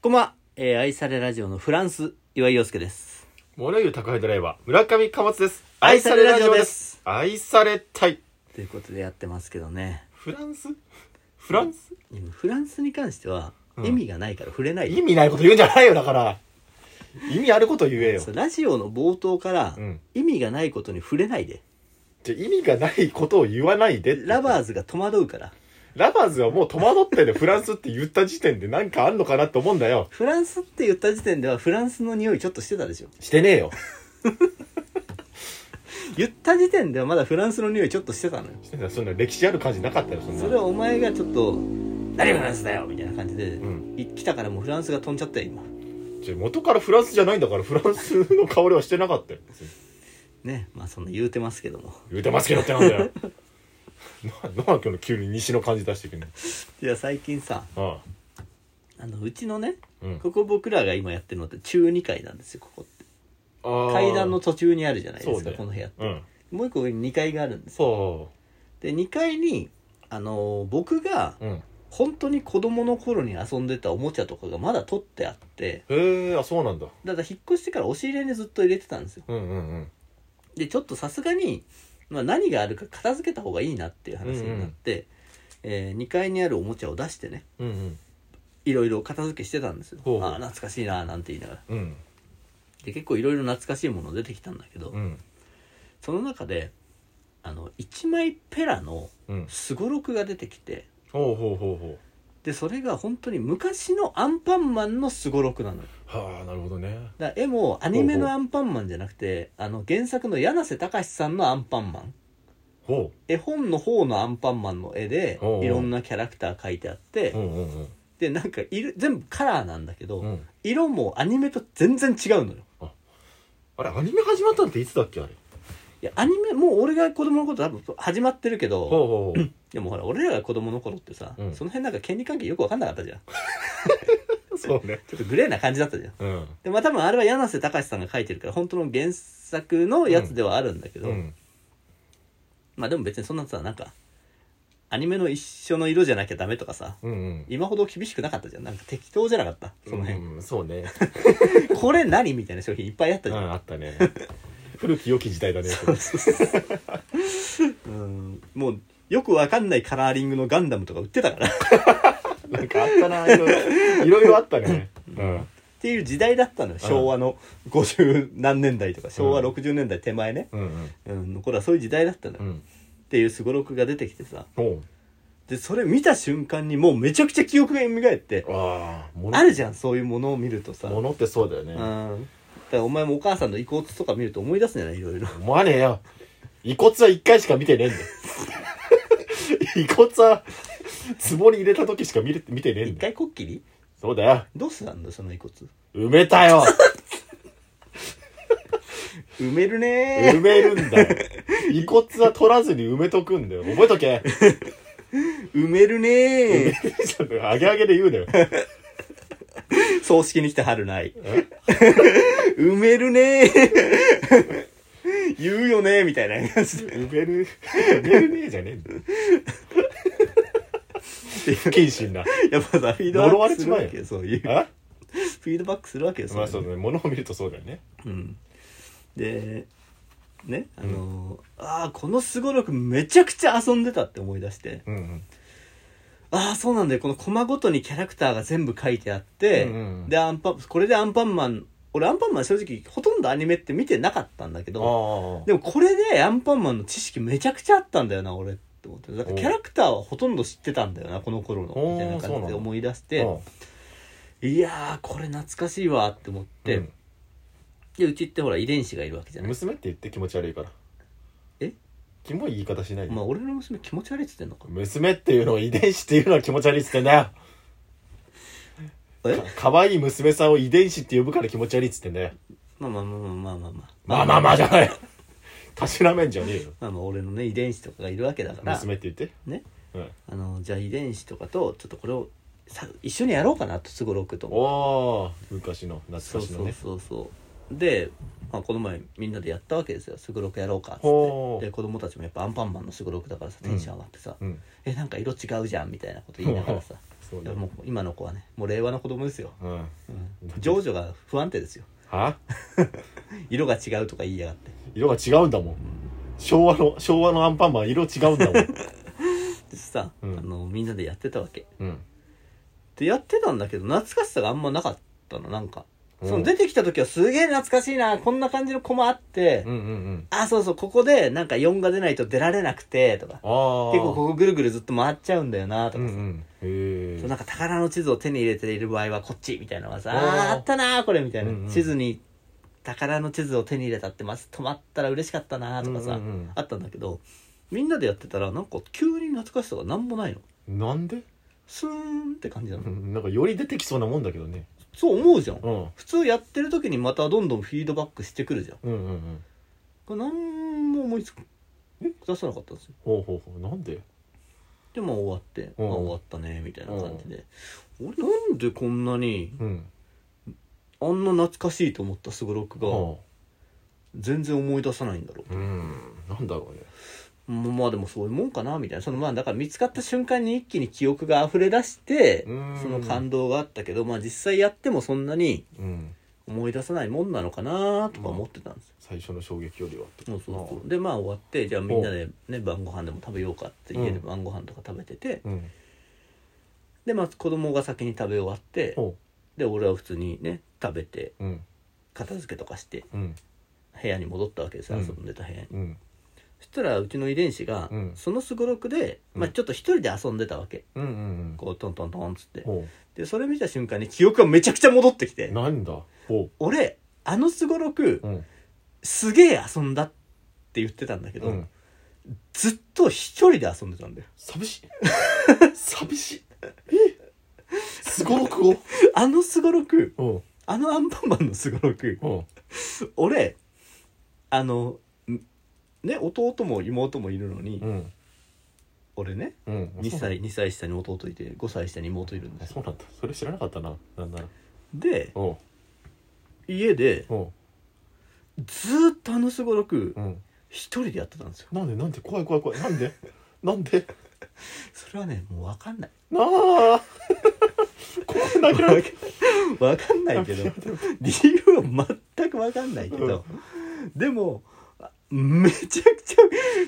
こんばんは、えー愛されラジオのフランス、岩井陽介です。モノユ宅配ドライバー、村上貨物です。愛されラジオです。愛されたい。ということでやってますけどね、フランスフランスでもフランスに関しては、うん意味がないから触れない。意味ないこと言うんじゃないよ、だから。意味あること言えよそ。うラジオの冒頭から、うん意味がないことに触れないで。じゃ、意味がないことを言わないでって。ラバーズが戸惑うから。ラバーズはもう戸惑ってる。フランスって言った時点でなんかあんのかなって思うんだよ。フランスって言った時点ではフランスの匂いちょっとしてたでしょ。してねえよ。言った時点ではまだフランスの匂いちょっとしてたのよ。してないそんな歴史ある感じなかったよ、そんな。それはお前がちょっと、何フランスだよみたいな感じで、んい来たからもうフランスが飛んじゃったよ、今。じゃ元からフランスじゃないんだから、フランスの香りはしてなかったよ。ね、まあそんな言うてますけども。言うてますけどってなん だよ。な、なんか今日急に西の感じ出してくんのいや、最近さ、ああの、うちのね、あ。うん。ここ僕らが今やってるのって中2階なんですよここって階階段の途中にあるじゃないですそうか、ねこの部屋うんもう一個上に2階があるんですよそで2階にあのー僕がううん本当に子供の頃に遊んでたおもちゃとかがまだ取ってあってへえあそうなんだだから引っ越してから押し入れにずっと入れてたんですようんうんうんでちょっとさすがに、まあ、何があるか片付けた方がいいなっていう話になって、え2階にあるおもちゃを出してねうんうんいろいろ片付けしてたんですよほうほうああ懐かしいなーなんて言いながらうんで結構いろいろ懐かしいもの出てきたんだけど、うんその中であの1枚ペラのうんすごろくが出てきてほうほうほうほうでそれが本当に昔のアンパンマンのすごろくなのよはあなるほどねだから絵もアニメほうのほアンパンマンじゃなくてあの原作の柳瀬隆さんのアンパンマンほ絵本の方のアンパンマンの絵でほうほういろんなキャラクター描いてあってううんうんうんでなんかいる全部カラーなんだけど、うん色もアニメと全然違うのよあれアニメ始まったのっていつだっけあれいやアニメもう俺が子供の頃多分始まってるけどほうほうほでもほら俺らが子供の頃ってさ、うんその辺なんか権利関係よく分かんなかったじゃんうそうねちょっとグレーな感じだったじゃん。うんで、まあ多分あれは柳瀬隆さんが書いてるから、本当の原作のやつではあるんだけど、うんまあでも別にそんなさ、なんか、アニメの一緒の色じゃなきゃダメとかさ、うんうん今ほど厳しくなかったじゃん。なんか適当じゃなかった。その辺。うんそうねこれ何みたいな商品いっぱいあったうじゃん。んあったね古き良き時代だねそれうん。もう、よくわかんないカラーリングのガンダムとか売ってたから。っ なんかあったないろいろいろいろあったねうんていう時代だったのよ。昭和の50何年代とか、昭和60年代手前ね。うんうんうん。の頃はそういう時代だったのよ。うっんていうすごろくが出てきてさ、ほで、それ見た瞬間にもうめちゃくちゃ記憶が蘇ってう、あああるじゃん、そういうものを見るとさ。うん。物ってそうだよねだからお前もお母さんの遺骨とか見ると思い出すんじゃないいろいろ。思わねえよ。遺骨は一回しか見てねえんだよ。 遺骨は、壺に入れた時しか見れ見てねえ一んだ回よ。こっきりそうだよ。どうしたんだよ、その遺骨。埋めたよ。埋めるね埋めるんだよ。遺骨は取らずに埋めとくんだよ。覚えとけ。 ー。埋めるねちょっと、あげあげで言うなよ。ー。葬式に来て春ない。埋めるねー。言うよねー、みたいな感じで。埋める、埋めるねえじゃねえんだよ。不謹慎な。やっぱさ、フィードバ呪わッれクすちるまわえよけよ、そういう。フあィードバックするわけよ、まあそういだね。物を見るとそうだよね。うん、でねあのーああこのすごろくめちゃくちゃ遊んでたって思い出してうんうん。ああそうなんだよこのコマごとにキャラクターが全部書いてあって、うんうんでアンパンこれでアンパンマン俺アンパンマン正直ほとんどアニメって見てなかったんだけどあでもこれでアンパンマンの知識めちゃくちゃあったんだよな俺って思ってだからキャラクターはほとんど知ってたんだよなこの頃のみおーたいなそう感なじんでだ思い出しでて、いやーこれ懐かしいわって思って、うんでうちってほら遺伝子がいるわけじゃない娘って言って気持ち悪いから。えキモい言い方しないでまあ俺の娘気持ち悪いっつってんのか娘っていうのを遺伝子っていうのは気持ち悪いっつってん だよ。えかわいい娘さんを遺伝子って呼ぶから気持ち悪いっつってんだよ。まあまあまあまあまあまあまあまあまあまあじゃない。たしなめんじゃねえよ。まあまあ俺のね遺伝子とかがいるわけだから娘って言って。ねうん。あのじゃあ遺伝子とかとちょっとこれをさ一緒にやろうかなとすごろくとおー、昔の、そう懐かしそのうね。そうそうで、まあ、この前みんなでやったわけですよすごろくやろうかっつほっうてで子供たちもやっぱアンパンマンのすごろくだからさテンション上がってさ、うん。えなんか色違うじゃんみたいなこと言いながらさそういやねもう今の子はねもう令和の子供ですよ、うんうん、情緒が不安定ですよは色が違うとか言いやがって色が違うんだもん昭和の昭和のアンパンマン色違うんだ もんでさ、うんあのみんなでやってたわけうんでやってたんだけど懐かしさがあんまなかったのなんかうんその出てきた時はすげえ懐かしいなこんな感じの子もあって、うんうんうんあそうそうここでなんか4が出ないと出られなくてとかああ結構ここぐるぐるずっと回っちゃうんだよなとうんかうさ、んへそうえなんか宝の地図を手に入れている場合はこっちみたいなのがさあーあーあったなーこれみたいな、うんうん地図に宝の地図を手に入れたってまず止まったら嬉しかったなーとかさ、うんうんうんあったんだけどみんなでやってたらなんか急に懐かしさがなんもないのなんで スーンって感じなの、うんなんかより出てきそうなもんだけどねそう思うじゃんうん普通やってる時にまたどんどんフィードバックしてくるじゃんうんうんうんこれなんも思いつく出さなかったんですよほうほうほうなんででまあ終わって、うんまあ終わったねみたいな感じで、俺なんでこんなにうんあんな懐かしいと思ったすごろくが、は全然思い出さないんだろあうんなんだろうねうもうまあでもそういうもんかなみたいなそのまあだから見つかった瞬間に一気に記憶が溢れ出してうんその感動があったけどまあ実際やってもそんなにうん思い出さないもんなのかなとか思ってたんですよ、最初の衝撃よりはってそうそうそうでまあ終わってじゃあみんなでね晩ご飯でも食べようかってうん家で晩ご飯とか食べてて、うんでまあ子供が先に食べ終わってほで俺は普通にね食べてううん片付けとかしてうん部屋に戻ったわけですようん遊んでた部屋に、うんそしたらうちの遺伝子が、うんそのすごろくで、まあ、うんちょっと一人で遊んでたわけ、うんうんこうトントントンっつってほうでそれ見た瞬間に記憶がめちゃくちゃ戻ってきてなんだほ俺あのすごろくううんすげえ遊んだって言ってたんだけど、うんずっと一人で遊んでたんだよ 寂しい寂しいえすごろくを あのすごろくうんあのアンパンマンのすごろくうん俺あのんね弟も妹もいるのに、うん俺ねうん2歳2歳下に弟いて5歳下に妹いるんであすそようなんだそれ知らなかったななんならでお家でうんずーっとあのすごろくうん一人でやってたんですよなんでなんで怖い怖い怖いなんでなんでそれはねもう分かんないなあ 怖くない分かんないけど理由は全く分かんないけど、でもあめちゃくちゃ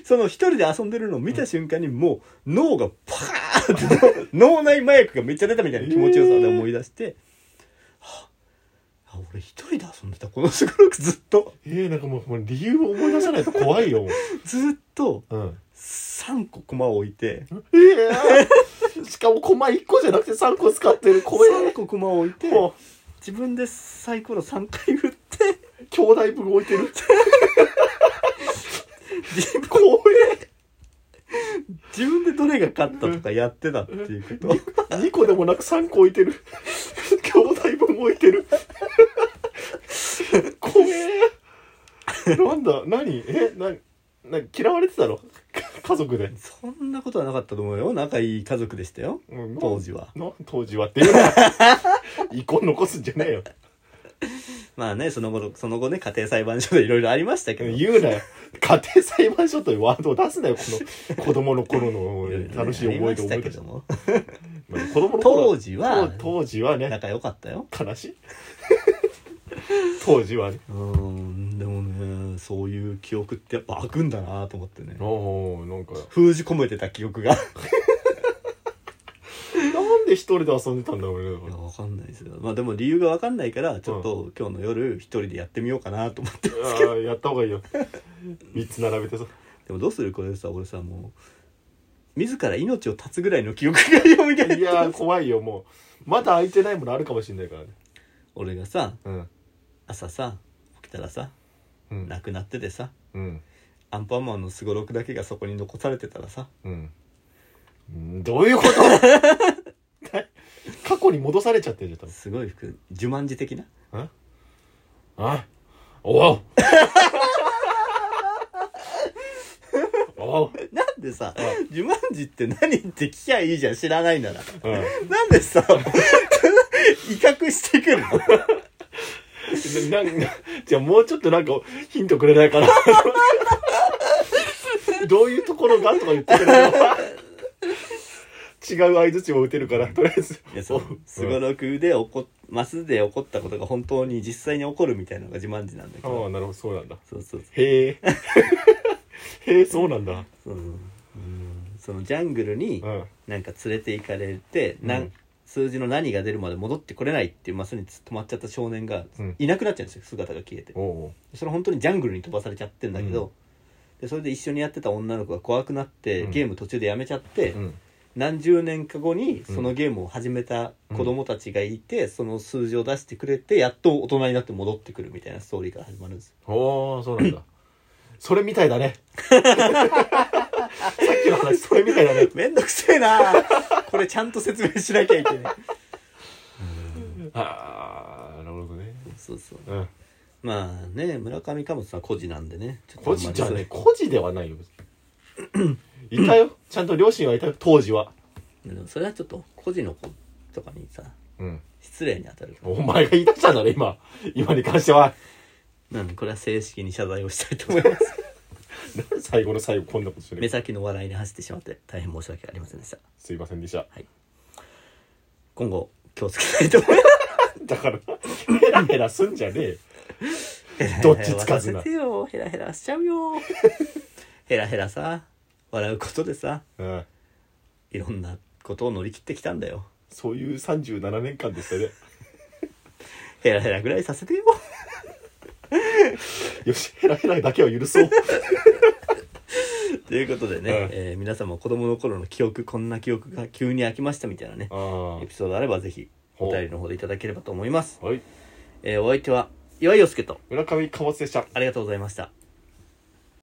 その一人で遊んでるのを見た瞬間にもう脳がパーって脳内麻薬がめっちゃ出たみたいな気持ちよさで思い出して、はああ俺一人で遊んでたこのすごろくずっとえー、なんかもうもう理由を思い出さないと怖いよ、ずっとうん、 3個駒を置いてえー、しかも駒1個じゃなくて3個使ってる怖3え個駒を置いても自分でサイコロ3回振ってう兄弟分置いてる自分怖自分でどれが勝ったとかやってたっていうことえ2個でもなく3個置いてる兄弟分置いてる 怖えなんだ何えなな嫌われてたの 家族で、そんなことはなかったと思うよ仲いい家族でしたようん当時はの当時はっていうのは 遺恨残すんじゃねえよまあねその後その後ね家庭裁判所でいろいろありましたけど言うなよ家庭裁判所というワードを出すなよこの子供の頃の色々ね楽しい思い出をあ思りましたけい出しどたもまあ子供の頃当時は当当時はね仲良かったよ悲しい当時はねうーんでもねそういう記憶ってやっぱ開くんだなと思ってねおーなんか封じ込めてた記憶がいなんで一人で遊んでたんだ俺だかやらわかんないですよまあでも理由がわかんないからちょっと今日の夜一人でやってみようかなと思ってあーやった方がいいよ3つ並べてさでもどうするこれさ俺さもう自ら命を絶つぐらいの記憶がよみがえっいてやー怖いよもうまだ開いてないものあるかもしれないからね俺がさうん朝さ起きたらさうん亡くなっててさうんアンパンマンのすごろくだけがそこに残されてたらさうんうんどういうこと 過去に戻されちゃってるじゃん多分すごい服呪文字的なああおう おう、なんでさ呪文字って何って聞きゃいいじゃん知らないならうん、ななんでさ 威嚇してくるのなんかじゃあもうちょっとなんかヒントくれないか などういうところがとか言ってくれるの違う相槌を打てるからとりあえずいやそううんすごろくで起こますで起こったことが本当に実際に起こるみたいなのが自慢自なんだけああどなるほどそうなんだそうそうへえ へえそうなんだそうそううんそのジャングルにうんなんか連れて行かれて、うんなん数字の何が出るまで戻ってこれないっていうマスに止まっちゃった少年がうんいなくなっちゃうんですよ姿が消えておうおうそれ本当にジャングルに飛ばされちゃってんだけど、でそれで一緒にやってた女の子が怖くなって、うんゲーム途中でやめちゃって、うん何十年か後にうんそのゲームを始めた子供たちがいて、その数字を出してくれてやっと大人になって戻ってくるみたいなストーリーから始まるんですよおおそうなんだそれみたいだねさっきの話それみたいだねめんどくせえな これちゃんと説明しなきゃいけないああなるほどねそうそううんまあね村上貨物さん孤児なんでねちょっと孤児じゃあんまねり孤児ではないよいたよちゃんと両親はいたよ当時はそれでもそれはちょっと孤児の子とかにさうん失礼に当たるからお前が言い出したんだろ今今に関してはなんでこれは正式に謝罪をしたいと思い ます最後の最後こんなことして目る先の笑いに走ってしまって大変申し訳ありませんでしたすいませんでした今後気をつけたいと思いまだからヘラヘラすんじゃねえよす どっちつかずなヘラヘラはさせてよヘラヘラしちゃう よヘラヘラさ笑うことでさうんいろんなことを乗り切ってきたんだよそういう37年間でしたねヘラヘラぐらいさせてよよしヘラヘラだけは許そうということでね、うんえー皆さんも子供の頃の記憶こんな記憶が急に飽きましたみたいなねあエピソードあればぜひお便りの方でいただければと思います、あはいえーお相手は岩井陽介と村上貨物でしたありがとうございました